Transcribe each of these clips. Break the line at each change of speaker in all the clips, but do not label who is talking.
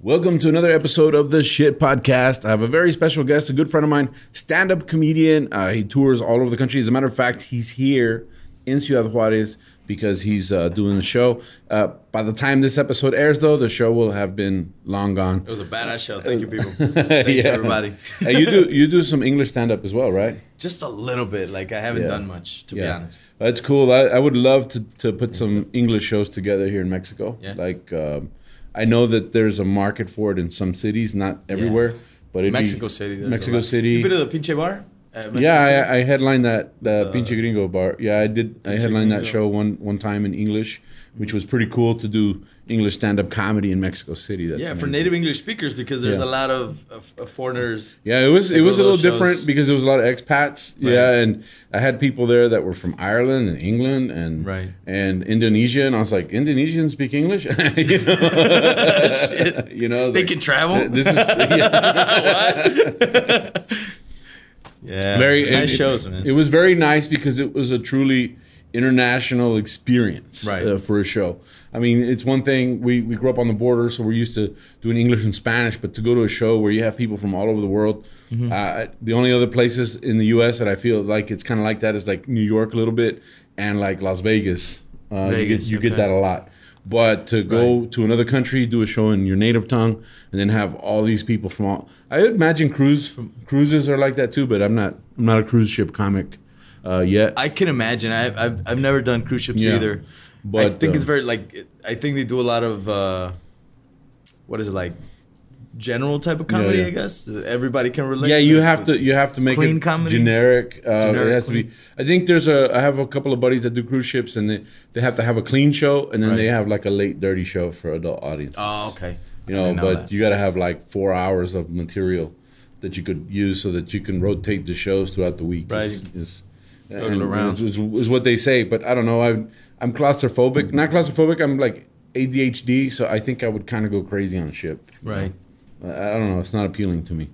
Welcome to another episode of the Shit Podcast. I have a very special guest, a good friend of mine, stand up comedian. Uh, he tours all over the country. As a matter of fact, he's here in Ciudad Juarez because he's uh, doing the show. Uh, by the time this episode airs, though, the show will have been long gone.
It was a badass show. Thank you, people. Thanks,
Yeah.
everybody.
Uh, you do you do some English stand up as well, right?
Just a little bit. Like I haven't
Yeah.
done much, to be honest.
That's cool. I, I would love to, to put some English shows together here in Mexico.
Yeah.
Like, um, I know that there's a market for it in some cities, not everywhere, but it'd be-
Mexico City. there's a
Mexico
lot.
City.
You been to the Pinche Bar? at Mexico
yeah,
City?
I, I headlined that that Pinche Gringo bar. Yeah, I did. I
Uh, Pinche
headlined that
Gringo.
show one one time in English, which was pretty cool to do English stand up comedy in Mexico City. That's
yeah, for
amazing.
native English speakers because there's
Yeah.
a lot of, of, of foreigners.
Yeah, it was it
go
was a
to
little
those
different
shows.
because there was a lot of expats. Yeah, and I had people there that were from Ireland and England and
Right.
and Indonesia, and I was like, Indonesians speak English, you know? You know, I was
They
like,
can travel.
This is yeah,
yeah,
very
nice
it-
shows,
it,
man.
It was very nice because it was a truly international experience
Right.
uh, for a show. I mean, it's one thing we we grew up on the border, so we're used to doing English and Spanish, but to go to a show where you have people from all over the world,
Mm-hmm.
uh, the only other places in the U.S. that I feel like it's kind of like that is like New York a little bit and like Las Vegas. Uh, you get
Vegas,
you get
okay.
that a lot. But to go to another country, do a show in your native tongue, and then have all these people from all I imagine cruise cruises are like that too, but I'm not I'm not a cruise ship comic uh, yet.
I can imagine. I've, I've, I've never done cruise ships
Yeah.
either.
But,
But I think
uh,
it's very like it- I think they do a lot of uh, what is it like general type of comedy?
yeah.
I guess everybody can relate.
yeah, you
with-
have to you have to make
Clean
it
comedy?
generic. Uh, it
Generic
has to be.
clean.
I think there's a. I have a couple of buddies that do cruise ships, and they, they have to have a clean show, and then they
Right.
have like a late dirty show for adult audiences.
Oh, okay.
you
I
know,
didn't
but
that.
you got to have like four hours of material that you could use so that you can rotate the shows throughout the week. Is,
Right.
is,
it
and
around.
Is, is- is what they say, but I don't know. I'm I'm claustrophobic, not claustrophobic. I'm like ADHD, so I think I would kind of go crazy on a ship.
right.
I I don't know. It's not appealing to me.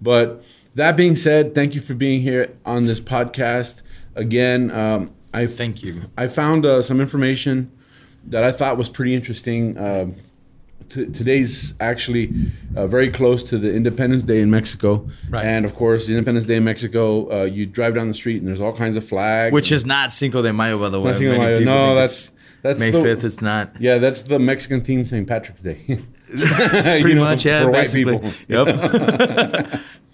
But that being said, thank you for being here on this podcast again. Um, I
Thank you.
I found uh, some information that I thought was pretty interesting. Um t- today's actually uh, very close to the Independence Day in Mexico,
Right.
and of course, the Independence Day in Mexico, uh, you drive down the street and there's all kinds of flags.
Which is not Cinco de Mayo, by the way.
Not Cinco de
Many
Mayo.
people
no,
think
that's that's
it's May
the-
fifth. It's not.
yeah, that's the Mexican theme St. Patrick's Day.
Pretty much, yeah.
For white
basically.
people.
Yep.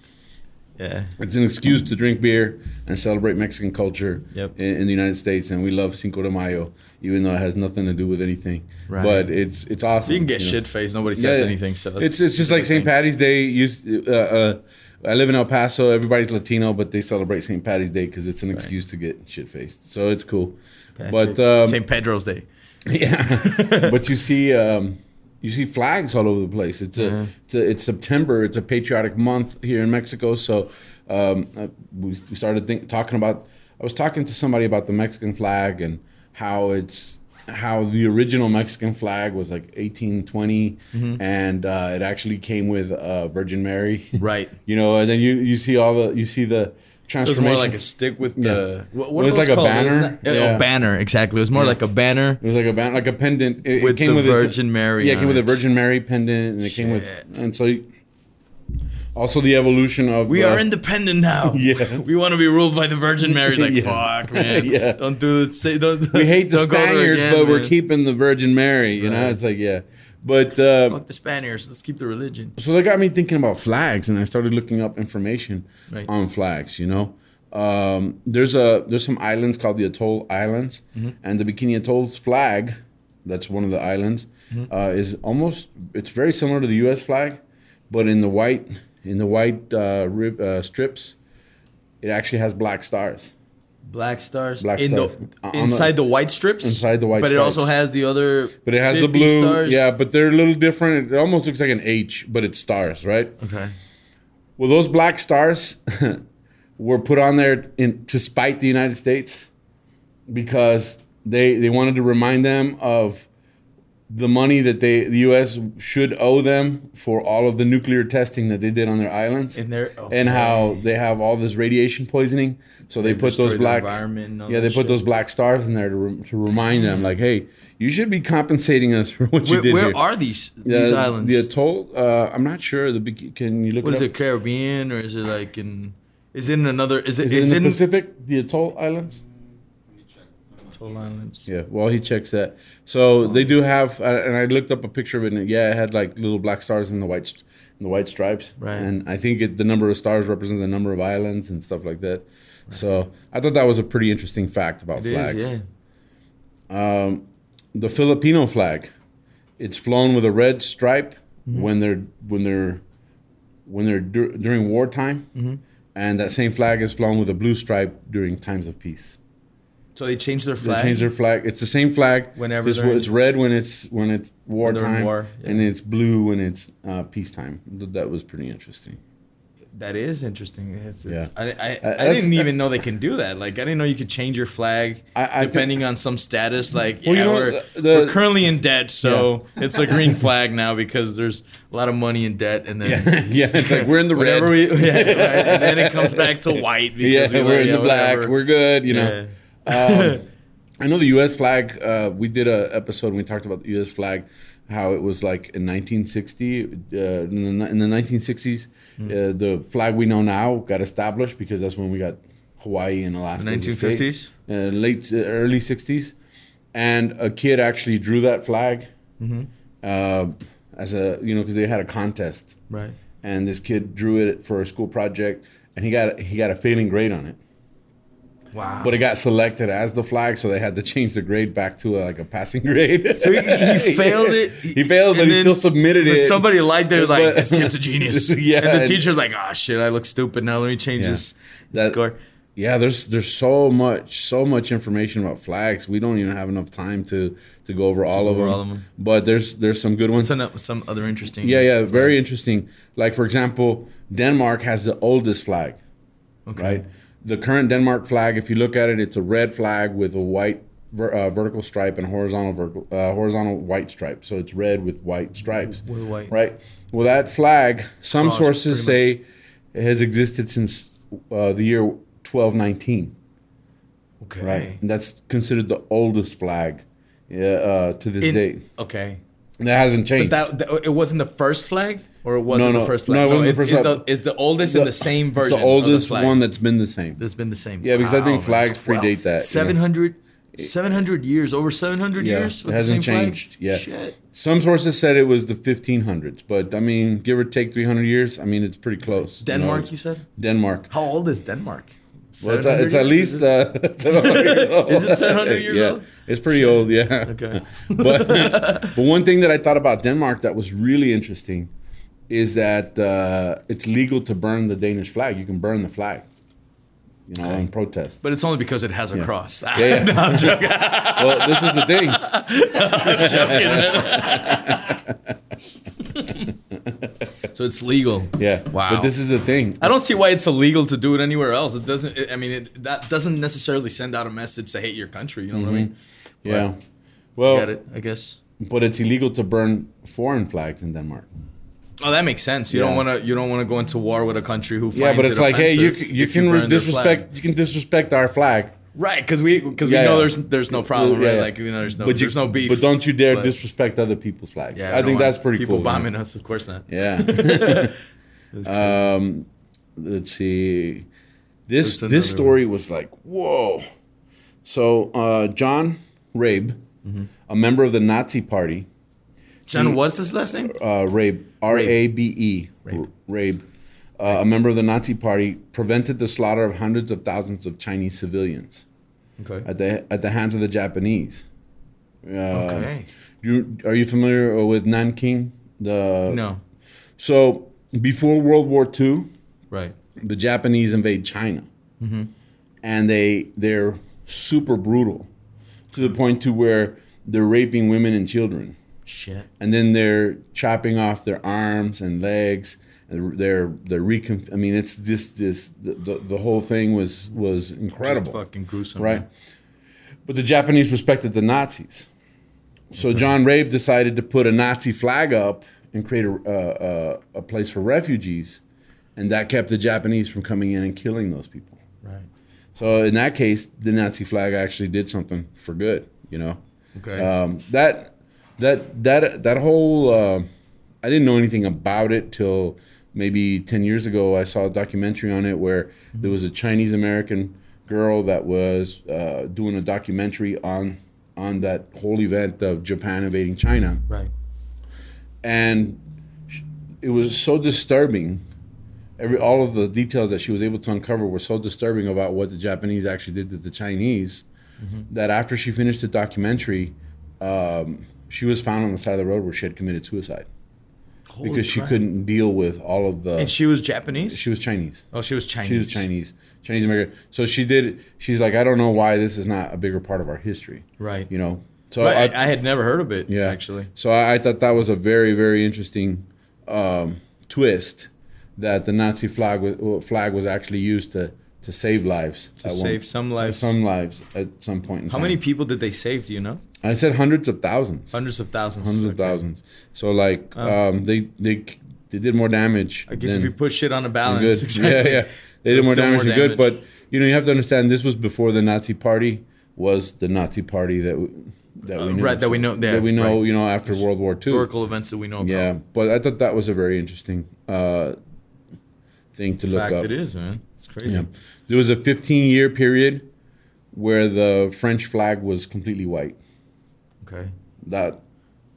yeah.
It's an excuse to drink beer and celebrate Mexican culture
Yep.
in, in the United States, and we love Cinco de Mayo, even though it has nothing to do with anything.
Right.
But it's it's awesome.
So you can get
know?
shit faced. Nobody says
Yeah, yeah.
anything. So
it's it's just like St. Patty's Day. You, s- uh, uh, I live in El Paso. Everybody's Latino, but they celebrate St. Patty's Day because it's an excuse to get shit faced. So it's cool. But um,
St. Pedro's Day.
yeah, but you see, um, you see flags all over the place. It's a,
Mm-hmm.
it's, a, it's September. It's a patriotic month here in Mexico. So um, uh, we, we started think, talking about. I was talking to somebody about the Mexican flag and how it's how the original Mexican flag was like 1820,
Mm-hmm.
and uh, it actually came with uh, Virgin Mary.
Right.
you know, and then you you see all the you see the
It was
transformation.
more like a stick with the.
Yeah.
What,
It was
those
like a
called?
banner?
It's not-
Yeah.
A banner, exactly. It was more like a banner.
It was like a ban- like a pendant. It, it
With
came
the
with its-
Virgin Mary
Yeah, it came
on
with a
it.
Virgin Mary pendant, and it came with,
Shit.
and so you- also the evolution of uh,
We
the,
are independent now.
Yeah.
we want to be ruled by the Virgin Mary. Like
Yeah.
fuck, man.
Yeah.
Don't do it. Say don't.
We hate the
don't go there
Spaniards,
again,
but we're
man.
keeping the Virgin Mary. You know,
Right.
it's like yeah, but uh,
Fuck the Spaniards. Let's keep the religion.
so that got me thinking about flags, and I started looking up information
Right.
on flags. You know, um, there's a there's some islands called the Atoll Islands,
Mm-hmm.
and the Bikini Atoll's flag, that's one of the islands,
Mm-hmm.
uh, is almost it's very similar to the U.S. flag, but in the white in the white uh, rib, uh, strips, it actually has black stars.
Black stars.
Black
in
stars.
The,
On the-
inside the, white strips.
Inside the white
But it
stripes.
also has the other.
But it has the
50
blue,
Stars.
yeah. But they're a little different. It almost looks like an H, but it's stars, right?
Okay.
Well, those black stars were put on there in, to spite the United States because they they wanted to remind them of the money that they the U.S. should owe them for all of the nuclear testing that they did on their islands,
In their- oh,
and how
right.
they have all this radiation poisoning. So they,
They
put
destroyed
those
the
black
environment and all
yeah they
that
put
shit.
those black stars in there to, re- to remind them like hey you should be compensating us for what you
Where,
did
where
here.
are these
The-
these islands?
The atoll. Uh, I'm not sure. The big- can you look
what
it
is
up?
it, Caribbean or is it like in? Is it in another? Is
Is
it is,
it in
in,
the Pacific? The atoll islands.
Atoll Islands?
Yeah. Well, he checks that. So they do have, uh, and I looked up a picture of it. and Yeah, it had like little black stars and the white, st- and the white stripes.
Right.
And I think it, the number of stars represent the number of islands and stuff like that. So I thought that was a pretty interesting fact about
It is,
flags.
yeah.
um, the Filipino flag. It's flown with a red stripe when they're when they're when they're dur- during wartime, and that same flag is flown with a blue stripe during times of peace.
So they changed their
They
flag.
change their flag. It's the same flag.
Whenever
just,
they're in-
it's red when it's when it's wartime,
war, yeah.
and it's blue when it's uh, peacetime. Th- That was pretty interesting.
that is interesting. It's,
Yeah.
it's, I,
Uh,
I, I
that's-
didn't even know they can do that. Like I didn't know you could change your flag
I- I
depending on some status. Like
Well, you
yeah,
know, uh,
we're,
the-
we're
the-
currently in debt, so it's a green flag now because there's a lot of money in debt, and then.
yeah, it's like we're in the red.
Whenever we, yeah, right. and then it comes back to white.
yeah,
because
we're,
we like,
in
yeah,
the black.
whatever.
We're good. You know.
Yeah.
Um, I know the U.S. flag. Uh, we did a episode and we talked about the U.S. flag, how it was like in 1960, uh, in, the, in the 1960s, uh, the flag we know now got established because that's when we got Hawaii and Alaska. as a state.
1950s?
uh, late uh, early 60s, and a kid actually drew that flag uh, as a you know because they had a contest
Right.
and this kid drew it for a school project and he got he got a failing grade on it
Wow.
but it got selected as the flag so they had to change the grade back to uh like a passing grade
So he, he failed it.
he failed but
and
he still
then-
submitted
but
it
Somebody liked their like
But-
this kid's a genius.
Yeah,
And the
and-
teacher's like, oh shit, I look stupid now. Let me change
Yeah.
his, his
That-
score.
yeah there's there's so much so much information about flags we don't even have enough time to to go over, all, of
over
them.
all of them.
but there's there's some good ones
Some up some other interesting.
Yeah, yeah, very interesting. Like for example, Denmark has the oldest flag,
Okay.
right? The current Denmark flag, if you look at it, it's a red flag with a white ver- uh, vertical stripe and horizontal vertical uh, horizontal white stripe. So it's red with white stripes,
With white.
right? Well, that flag, some
Cross,
sources say,
pretty
it has existed since uh, the year 1219.
Okay.
Right, and that's considered the oldest flag yeah, uh, to this
In-
date.
okay.
That hasn't changed.
That, that- it wasn't the first flag, or it
No,
wasn't the
no.
first
No,
flag.
it wasn't the
it's-
first
it's
flag.
the, it's the oldest and the same version.
It's the oldest
of the flag.
one that's been the same.
that's been the same.
Yeah, because I think
man.
flags predate that, you know.
700, 700 years, over 700
Yeah,
years.
it
With
hasn't
the same
changed.
Flag?
Yeah.
Shit.
Some sources said it was the 1500s, but I mean, give or take 300 years. I mean, it's pretty close. you know.
Denmark, you said?
Denmark.
How old is Denmark?
Well, it's, it's
700
at
years?
least uh, 700 years old.
Is it 700 years
yeah,
old?
It's pretty old, yeah.
Okay.
but, but one thing that I thought about Denmark that was really interesting is that uh, it's legal to burn the Danish flag. You can burn the flag, you know, in protest.
But it's only because it has a cross.
yeah, yeah. well, this is the thing.
so it's legal.
Yeah.
Wow.
But this is the thing.
I don't see why it's illegal to do it anywhere else. It doesn't. It, I mean, it, that doesn't necessarily send out a message to hate your country. You know what I mean?
Mm-hmm. Yeah.
But-
Well,
Got it. I guess.
but it's illegal to burn foreign flags in Denmark.
Oh, that makes sense. You
Yeah.
don't want to. You don't want to go into war with a country who. Finds
Yeah, but it's
it
like, hey, you
offensive
c- you
if
can
burn
re-
their
disrespect
flag.
you can disrespect our flag.
Right, because we because
Yeah,
we know
yeah.
there's there's no problem,
Yeah,
right?
yeah.
Like you know, there's no
But you-
there's no beef.
But don't you dare
But-
disrespect other people's flags.
Yeah,
I,
don't
think
want
that's pretty
people
cool. man.
bombing us, of course not.
Yeah.
That's
um, let's see. This
There's
this
another
story was like whoa. So uh, John Rabe,
Mm-hmm.
a member of the Nazi Party,
John, what's his last name?
uh, Rabe, R A B E, Rabe, uh, a member of the Nazi Party, prevented the slaughter of hundreds of thousands of Chinese civilians
Okay.
at the at the hands of the Japanese. Uh,
Okay.
You, are you familiar with Nanking? The
No.
So before World War II,
Right.
the Japanese invade China, and they they're super brutal to the point to where they're raping women and children.
Shit.
and then they're chopping off their arms and legs and they're they're recon i mean it's just this the, the, the whole thing was was
Just
incredible
fucking gruesome.
right
man.
but the japanese respected the nazis so john rabe decided to put a nazi flag up and create a, uh, a, a place for refugees and that kept the japanese from coming in and killing those people
Right.
so in that case the nazi flag actually did something for good you know
Okay.
um, that that that that whole uh, I didn't know anything about it till maybe ten years ago. I saw a documentary on it where there was a Chinese American girl that was uh, doing a documentary on on that whole event of Japan invading China,
right.
and sh- it was so disturbing. Every all of the details that she was able to uncover were so disturbing about what the Japanese actually did to the Chinese
Mm-hmm.
that after she finished the documentary, um, she was found on the side of the road where she had committed suicide
Holy
because she
crap.
couldn't deal with all of the.
And she was Japanese.
she was Chinese.
oh, she was Chinese.
She was Chinese, Chinese American. So she did. She's like, I don't know why this is not a bigger part of our history,
Right.
you know. So
Right,
I-
I, had never heard of it.
yeah.
Actually.
So I, I thought that was a very, very interesting um, twist that the Nazi flag was, flag was actually used to, to save lives.
To save some lives.
some lives at some point in
How
time.
many people did they save? Do you know?
I said hundreds of thousands. Hundreds,
Hundreds of thousands.
of thousands. So like um, they they they did more damage.
I guess
than-
if you put shit on a
than
balance,
good.
exactly.
Yeah, yeah. They did
There's
more
still
damage
more
than good,
damage.
but you know you have to understand this was before the Nazi Party was the Nazi Party that we, that we
Uh,
knew.
right, that we know- yeah,
that we know.
right.
You know after World War II.
Historical events that we know about.
Yeah, but I thought that was a very interesting uh, thing to look
fact
up.
it is, man. It's crazy.
Yeah. There was a 15 year period where the French flag was completely white.
Okay.
That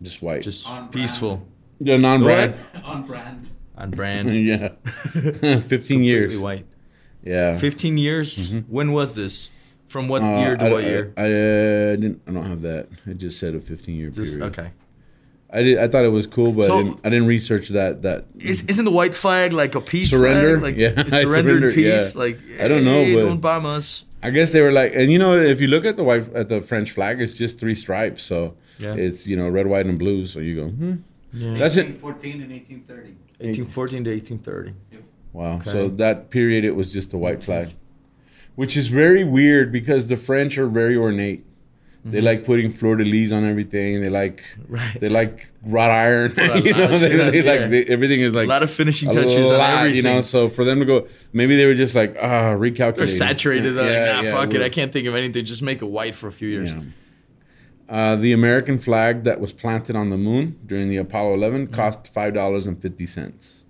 just white. Just
Just
On brand.
peaceful
yeah, non brand.
on brand.
and brand.
yeah. 15
completely
years.
White.
Yeah. Mm-hmm.
15 years? When was this? From what
Uh,
year to
I,
what
I-
year?
I, uh, didn't. I don't have that. It just said a 15 year
This-
period.
okay.
I did. I thought it was cool, but
So-
I, didn't, I didn't research that. That
Is, isn't the white flag like a peace
Surrender?
flag? Like,
Yeah,
surrender,
surrender,
peace.
yeah.
Like
I don't know,
"Hey,
but-
don't bomb us.
I guess they were like, and you know, if you look at the white at the French flag, it's just three stripes. So
Yeah.
it's you know red, white, and blue. So you go, hmm. That's it.
1814 and 1830.
1814 to 1830.
Wow.
Okay.
So that period, it was just a white flag, which is very weird because the French are very ornate.
Mm-hmm.
They like putting fleur de lis on everything. They like
Right.
they like wrought iron.
Right,
you
a lot
know,
of
they,
Ah, shit on-
they
yeah.
like they, everything is
A
like
lot of finishing
a
touches on
lot,
everything.
You know, so for them to go, maybe they were just like ah, recalculating.
They're saturated. They're
Yeah,
like, nah,
yeah,
fuck it.
we're-
I can't think of anything. Just make it white for a few years.
Yeah. Uh, the American flag that was planted on the moon during the Apollo 11
Mm.
cost five dollars and fifty cents,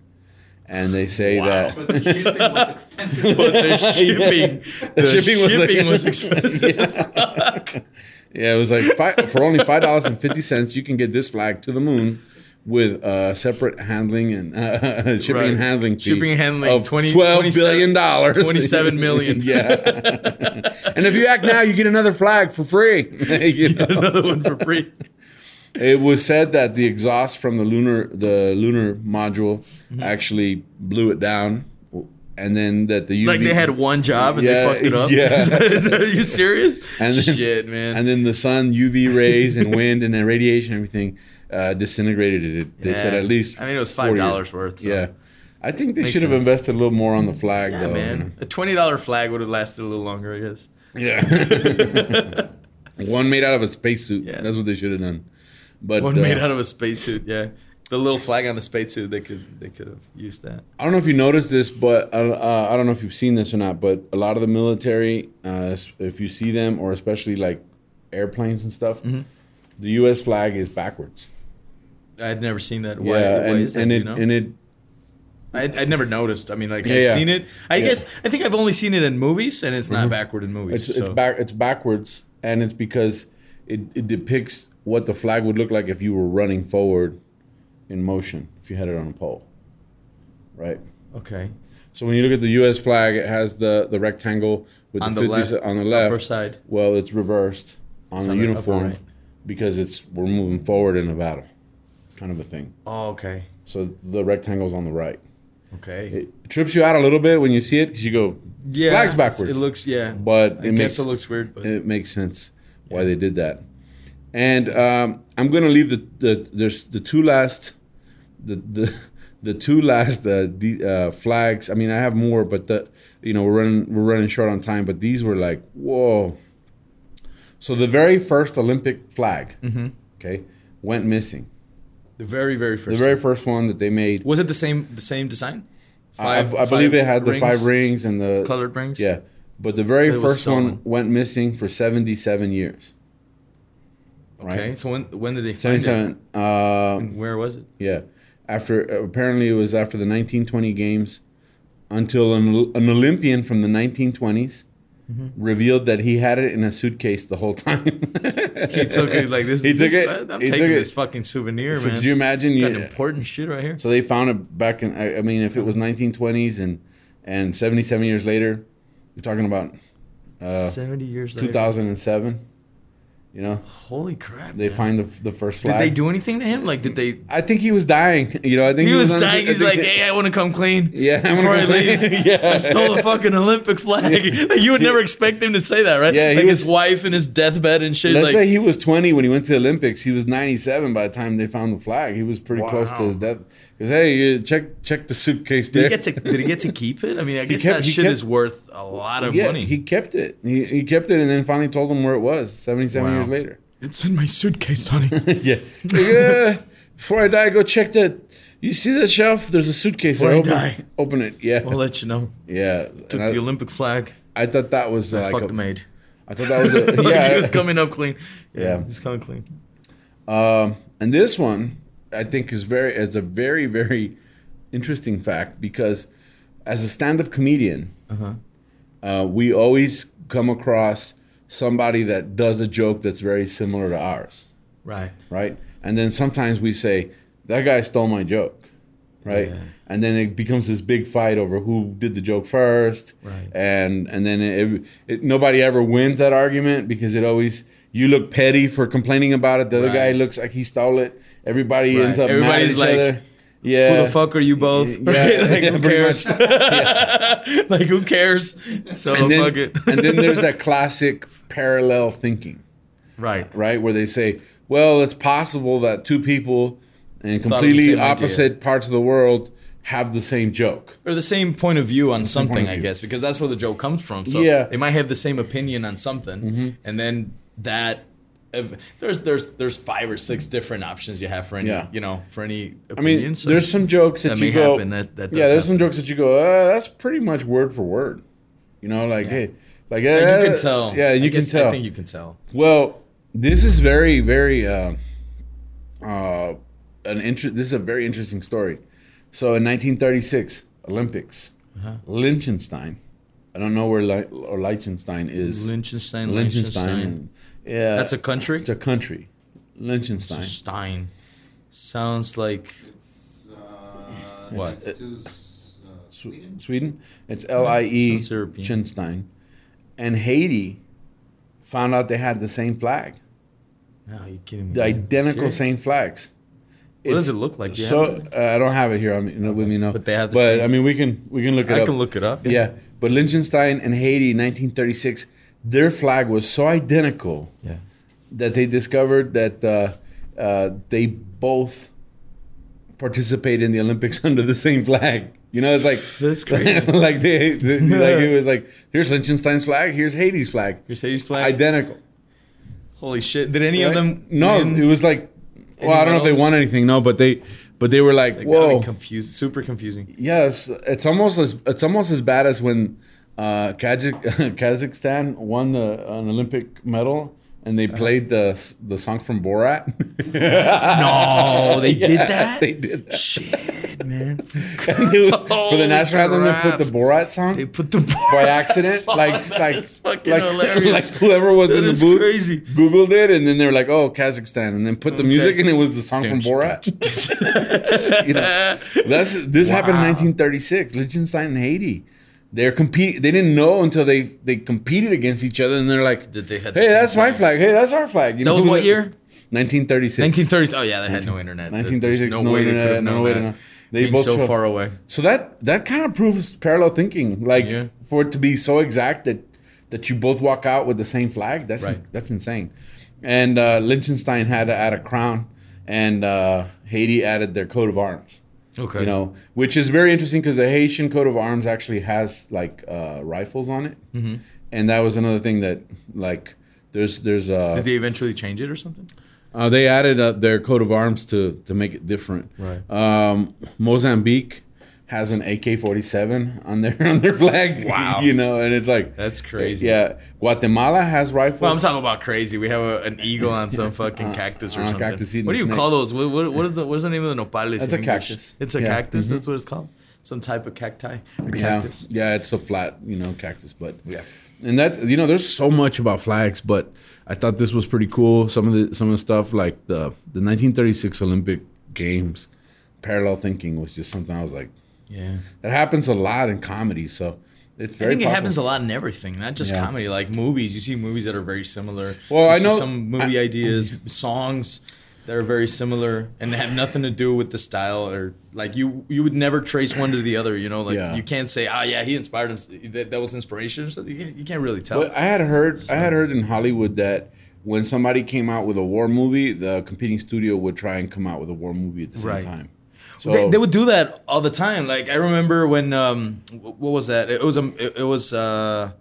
and they say
Wow.
that
But the shipping was expensive.
But the shipping, the shipping,
shipping was
was,
like-
expensive.
Yeah, it was like five, for only five dollars and fifty cents, you can get this flag to the moon with uh, separate handling and uh, shipping
Right.
and handling fee
Shipping and handling,
of
20
twelve
27
billion dollars,
27 million.
yeah, and if you act now, you get another flag for free. You know?
Another one for free.
It was said that the exhaust from the lunar the lunar module
Mm-hmm.
actually blew it down, and then that the UV
Like they had one job and
Yeah,
they fucked it up.
yeah.
Are you serious?
And then-
Shit, man.
and then the sun, UV rays, and wind, and then radiation, everything uh, disintegrated it. They said
Yeah.
at least.
I mean, it was
40
five
years.
dollars worth. so-
Yeah, I think they
Makes
should have
sense.
invested a little more on the flag,
Yeah,
though.
man. A twenty dollar flag would have lasted a little longer, I guess.
Yeah, one made out of a spacesuit.
Yeah.
That's what they should have done. But
One
uh,
made out of a spacesuit. Yeah, the little flag on the spacesuit. They could they could have used that.
I don't know if you noticed this, but uh, uh, I don't know if you've seen this or not. But a lot of the military, uh, if you see them, or especially like airplanes and stuff,
Mm-hmm.
the U.S. flag is backwards.
I had never seen that.
Yeah,
Why, why
and,
is that?
and
do
it
you know?
and it
I, I'd never noticed. I mean, like
Yeah,
I've
yeah.
seen it. I
Yeah. Mm-hmm.
guess I think I've only seen it in movies, and it's not backward in movies.
It's,
so.
it's back. It's backwards, and it's because it, it depicts what the flag would look like if you were running forward in motion, if you had it on a pole, right?
Okay.
So when you look at the U.S. flag, it has the the rectangle with
On
the,
the
50s
left,
on the left.
upper side.
Well, it's reversed on the
on the upper
uniform
right.
because it's we're moving forward in a battle, kind of a thing.
Oh, okay.
So the rectangle's on the right.
Okay.
It trips you out a little bit when you see it because you go,
yeah.
flag's
it's-
backwards.
It looks yeah.
but it
I guess
makes
it looks weird, but
it makes sense why they did that. And um, I'm gonna leave the, the there's the two last the the the two last uh, de- uh, flags. I mean, I have more, but the you know we're running we're running short on time. But these were like whoa. So the very first Olympic flag,
Mm-hmm.
okay, went missing.
The very, very first.
The very first one that they made.
was it the same the same design?
I,
Five-
I believe
five
it had the
rings?
five rings and the
Colored rings?
Yeah, but the very
It was
first one
stolen.
went missing for seventy-seven years.
Okay. So when when did they find it?
Seventy-seven. Uh,
And Where was it?
yeah, after apparently it was after the nineteen twenty games, until an, Ol- an Olympian from the nineteen Mm-hmm. revealed that he had it in a suitcase the whole time.
He took it like this.
He took
this-
it.
I'm
He
taking
took it.
this fucking souvenir,
so
man.
could you imagine?
Got
You,
important shit right here.
so they found it back in. I, I mean, if it was nineteen twenties and and seventy-seven years later, you're talking about uh,
Seventy years later.
two thousand and seven. You know.
Holy crap!
They
Oh, man.
find the, the first
Did
flag.
they do anything to him? Like, did they?
I think he was dying. You know, I think
He was
on-
dying. He's
I
like,
think-
"Hey, I want to come clean."
Yeah, I'm
before I
gonna complain.
leave,
yeah,
I stole the fucking Olympic flag. like, you would never expect him to say that, right?
Yeah, he
like his
was-
wife and his deathbed and shit.
Let's
like,
say he was 20 when he went to the Olympics. He was 97 by the time they found the flag. He was pretty close to
Wow.
his death. He goes, hey, uh, check check the suitcase
did
there.
he get to? Did he get to keep it? I mean, I guess
kept-
that
he
shit
kept-
is worth a lot of
yeah,
money.
he kept it. He, he kept it and then finally told them where it was 77
Wow.
years later.
it's in my suitcase, honey.
yeah. He's like, "Yeah, before I die, go check that. You see that shelf? There's a suitcase there.
Before I
Open,
die.
open it. Yeah.
we'll let you know.
yeah.
Took
And I-
the Olympic flag.
I, thought that was
I
like.
fucked the
A,
maid.
I thought that was a.
like,
yeah.
he was coming up clean.
Yeah.
he was coming clean.
Um, and this one, I think, is very is a very very interesting fact because as a stand up comedian,
Uh-huh.
uh, we always come across somebody that does a joke that's very similar to ours,
Right.
right? And then sometimes we say that guy stole my joke, right?
Yeah.
And then it becomes this big fight over who did the joke first,
Right.
and and then it, it, nobody ever wins that argument because it always you look petty for complaining about it. The other guy
Right.
looks like he stole it. Everybody
Right.
ends up
Everybody's
mad at
like,
each other. Yeah.
Who the fuck are you both?
Yeah,
like,
yeah,
who
pretty
cares?
much.
like, who cares? So,
And then,
fuck it.
and then there's that classic parallel thinking,
right.
right? Where they say, well, it's possible that two people in
the
completely
same idea.
opposite parts of the world have the same joke.
Or the same point of view on something,
of
I
view.
guess, because that's where the joke comes from. So
Yeah. Mm-hmm.
they might have the same opinion on something, and then that if, there's there's there's five or six different options you have for any
Yeah.
you know for any
I mean,
opinion. so
there's some jokes that,
that
you
may
go.
happen. That- that
yeah,
does
there's some jokes that you go. Uh, that's pretty much word for word. You know, like hey, like uh,
and you can tell.
Yeah,
I
you
guess-
can tell.
I think you can tell.
well, this is very, very, uh, uh, an inter- This is a very interesting story. So in 1936 Olympics,
Uh-huh.
Liechtenstein. I don't know where Li- or Liechtenstein is.
Liechtenstein. Liechtenstein.
Liechtenstein. Yeah,
That's a country.
it's a country. Liechtenstein.
Stein. Sounds like
It's, uh,
What?
next to S- uh, Sweden?
Sw- Sweden. It's L I E
Sounds European.
Liechtenstein. And Haiti found out they had the same flag,
no, you kidding me?
the identical
Serious?
same flags.
What does
It's-
it look like? Do you
So
have it?
uh, I don't have it here. I mean, with me now.
But they have the
But
same-
I mean, we can we can look it
I
up.
can look it up.
Yeah, but Liechtenstein and Haiti, 1936, their flag was so identical
Yeah.
that they discovered that uh, uh, they both participate in the Olympics under the same flag. You know, it's like
That's crazy.
like they, they- like it was like here's Liechtenstein's flag, here's Haiti's flag,
Mercedes flag.
identical.
Holy shit! Did any of them?
No,
win?
it was like well, I don't know if they
medals?
won anything. No, but they but they were like,
Like, that'd be
whoa,
confused, super confusing.
yes, it's almost as it's almost as bad as when uh, Kazakh, Kazakhstan won the an Olympic medal. And
Uh-huh.
they played the the song from Borat.
No, they did
Yeah,
that.
They did that.
Shit, man!
And they- for the
Holy
national anthem, they put
crap.
the Borat song
They put the
by accident. like, like,
that's
like,
fucking hilarious.
like whoever was
That
in the
is
booth
crazy.
googled it, and then they were like, "Oh, Kazakhstan," and then put the music, and it was the song from Borat. you know, that's this happened in
Wow.
1936, Liechtenstein and Haiti. They're compete. They didn't know until they they competed against each other, and they're like,
That they had the
"Hey,
same
that's my
flags."
flag. Hey, that's our flag." You
That was
who's
what
it-
year?
1936.
1930s. Oh yeah, they had no internet. There- there's
1936, no
they
internet,
could have
no
known
way to
that.
know. They
Being
both
so
show-
far away.
So that that kind of proves parallel thinking. Like
Yeah.
for it to be so exact that that you both walk out with the same flag, that's
Right.
that's insane. and uh, Liechtenstein had to add a crown, and uh, Haiti added their coat of arms.
Okay.
You know, which is very interesting because the Haitian coat of arms actually has like uh, rifles on it,
Mm-hmm.
and that was another thing that like there's there's uh,
Did they eventually change it or something?
uh, they added uh, their coat of arms to to make it different.
Right.
Um, Mozambique has an AK-47 on their on their flag.
Wow.
you know, and it's like
That's crazy.
Yeah, Guatemala has rifles.
Well, I'm talking about crazy. We have a, an eagle on some fucking cactus or
on a
something.
Uh, cactus eating
what do
a
you
snake.
call those? What, what, what is the what is the name of the nopales?
That's
in
a
English?
cactus.
It's a
Yeah. Mm-hmm.
cactus. That's what it's called. Some type of cacti or
yeah.
cactus.
Yeah, it's a flat, you know, cactus, but
Yeah.
And that's you know, there's so much about flags, but I thought this was pretty cool. Some of the some of the stuff like the the 1936 Olympic Games, parallel thinking was just something I was like,
Yeah.
that happens a lot in comedy, so it's
I
very.
think it happens a lot in everything, not just
Yeah.
comedy. Like movies, you see movies that are very similar.
Well,
You
I
see
know-
some movie
I-
ideas, songs that are very similar and they have nothing to do with the style or like you you would never trace one to the other. You know, like
Yeah.
you can't say, ah, yeah, he inspired him. That, that was inspiration. or something. You can't, you can't really tell.
But I had heard I had heard in Hollywood that when somebody came out with a war movie, the competing studio would try and come out with a war movie at the same
Right.
time. So
they, they would do that all the time. Like I remember when um, wh- what was that? It was um, it, it was uh,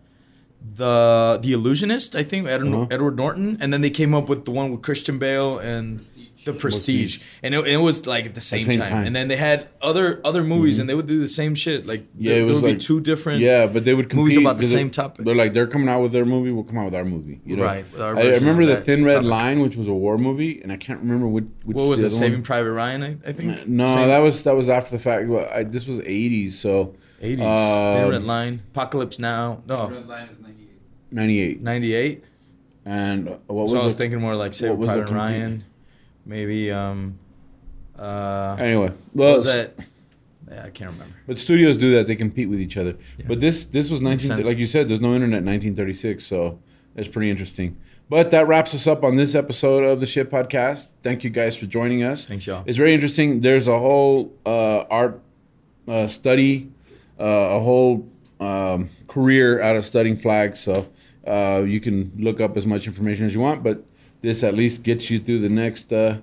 the the Illusionist, I think, Edward,
Uh-huh.
Edward Norton, and then they came up with the one with Christian Bale and the Prestige,
Prestige.
and it, it was like at the same,
same
time.
time. Mm-hmm.
And then they had other other movies, and they would do the same shit. Like
Yeah,
there,
it
there
was
would
like-
be two different.
Yeah, but they would compete
movies about the
'cause they're-
same topic.
They're like they're coming out with their movie, we'll come out with our movie. You know?
Right, with our
I
version
remember
of
the
that
Thin Red
topic.
Line, which was a war movie, and I can't remember which. which
What was
the
it?
other one-
Saving Private Ryan, I, I think.
No,
Saving-
that was that was after the fact. Well, I, this was '80s, so
80s.
um,
Thin Red Line, Apocalypse Now. No,
Red line is 98.
'98.
98.
And what was
So I was
the-
thinking more like Saving
was the
Private
compete-
Ryan, maybe. Um, uh,
Anyway,
what
well,
was that? Yeah, I can't remember.
But studios do that; they compete with each other.
Yeah.
But this this was nineteen
sense.
like you said. There's no internet in 1936, so that's pretty interesting. But that wraps us up on this episode of the Shit Podcast. Thank you guys for joining us.
Thanks, y'all.
It's very interesting. There's a whole uh, art uh, study, uh, a whole um, career out of studying flags. So uh, you can look up as much information as you want. But this at least gets you through the next. Uh,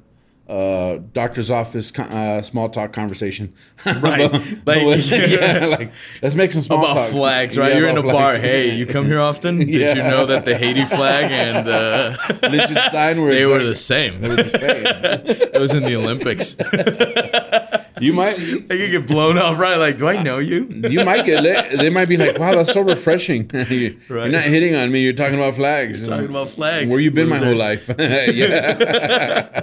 uh, doctor's office, con- uh, small talk conversation.
Right.
like,
Like-
yeah, like let's make some small
About
talk.
flags, right?
Yeah,
You're in a
about
bar.
flags.
Hey, you come here often?
Yeah.
Did you know that the Haiti flag and uh,
Liechtenstein were
they were
exactly-
the same?
the same.
it was in the Olympics.
you might
they could get blown off, right? Like, do I know you?
you might get lit. They might be like, "Wow, that's so refreshing." you're, you're
Right.
not hitting on me. You're talking about flags.
Talking about flags.
Where you been my
loser.
whole life? yeah,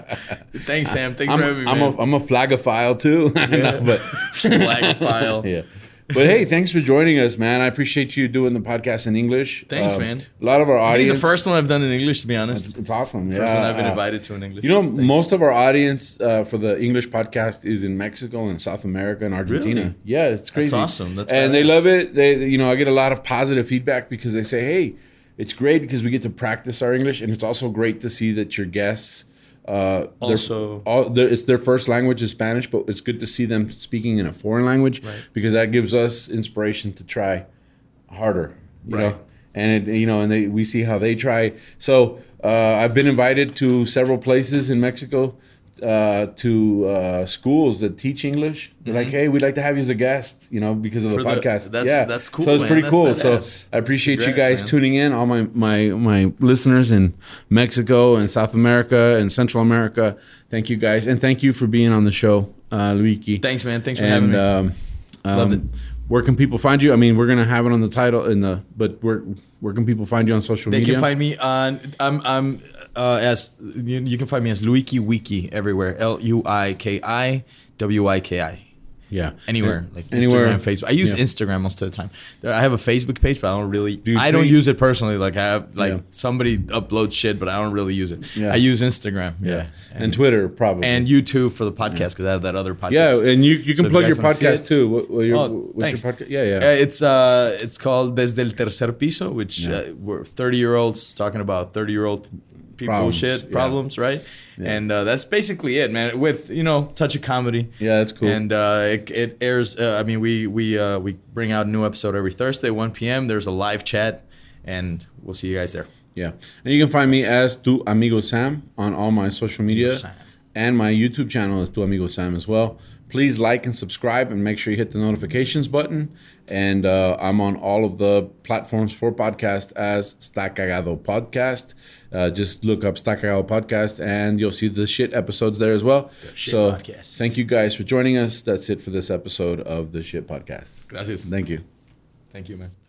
Thanks, Sam. Thanks
I'm,
for having me.
I'm
man.
a I'm a flagophile too. I know, but
flag file.
yeah. But hey, thanks for joining us, man. I appreciate you doing the podcast in English. Um,
Thanks, man.
A lot of our
He's
audience.
the first one I've done in English, to be honest.
It's awesome. Yeah.
First one I've been
uh,
invited to in English.
You know, most of our audience uh, for the English podcast is in Mexico and South America and Argentina.
Really?
Yeah, it's crazy.
awesome. That's
and they
badass.
love it. They, you know, I get a lot of positive feedback because they say, "Hey, it's great because we get to practice our English, and it's also great to see that your guests." Uh, they're-
Also-
all, their- it's their first language is Spanish, but it's good to see them speaking in a foreign language because that gives us inspiration to try harder. You
Right.
Know? And it, you know, and they we see how they try. So uh, I've been invited to several places in Mexico uh, to uh, schools that teach English. They're like, hey, we'd like to have you as a guest, you know, because of the
Mm-hmm. For the-
podcast.
that's-
yeah,
that's cool,
So it's
man.
pretty
That's
cool.
badass.
So I appreciate you guys
Congrats, man.
tuning in. All my my my listeners in Mexico and South America and Central America. Thank you guys, and thank you for being on the show, uh, Luigi.
Thanks, man. Thanks for having
and
me.
um,
Loved
um, where can people find you? I mean, we're gonna have it on the title in the, but where where can people find you on social
They
media?
can find me on. I'm. I'm. Uh, as you, you can find me as Luiki Wiki everywhere. L U I K I W I K I.
yeah,
Anywhere,
And-
like
anywhere.
Instagram, Facebook. I use
Yeah.
Instagram most of the time. There- I have a Facebook page, but I don't really.
you
I don't
tweet?
use it personally. Like I have, like
Yeah.
somebody uploads shit, but I don't really use it.
Yeah.
I use Instagram. Yeah.
yeah, and, Twitter probably.
And YouTube for the podcast because I have that other podcast.
yeah, and you you
So
can
if
plug your
guys wanna see
podcast
it-
too. What, what your,
Oh,
what's your
thanks.
podcast? Yeah, yeah.
Uh, it's uh, it's called Desde el Tercer Piso, which
Yeah.
uh, we're thirty year olds talking about thirty year old people
Problems,
shit
yeah.
problems, right? And uh, that's basically it, man. With you know, touch of comedy.
Yeah, that's cool.
And uh, it, it airs. Uh, I mean, we we uh, we bring out a new episode every Thursday, one p.m. There's a live chat, and we'll see you guys there.
Yeah. And you can find me as Tu Amigo Sam on all my social media.
Sam.
And my YouTube channel is Tu Amigo Sam as well. Please like and subscribe and make sure you hit the notifications button. And uh, I'm on all of the platforms for podcast as Sta Cagado Podcast. Uh, just look up Sta Cagado Podcast and you'll see the shit episodes there as well.
Shit
so
Podcast.
thank you guys for joining us. That's it for this episode of the Shit Podcast. Gracias. Thank you.
Thank you, man.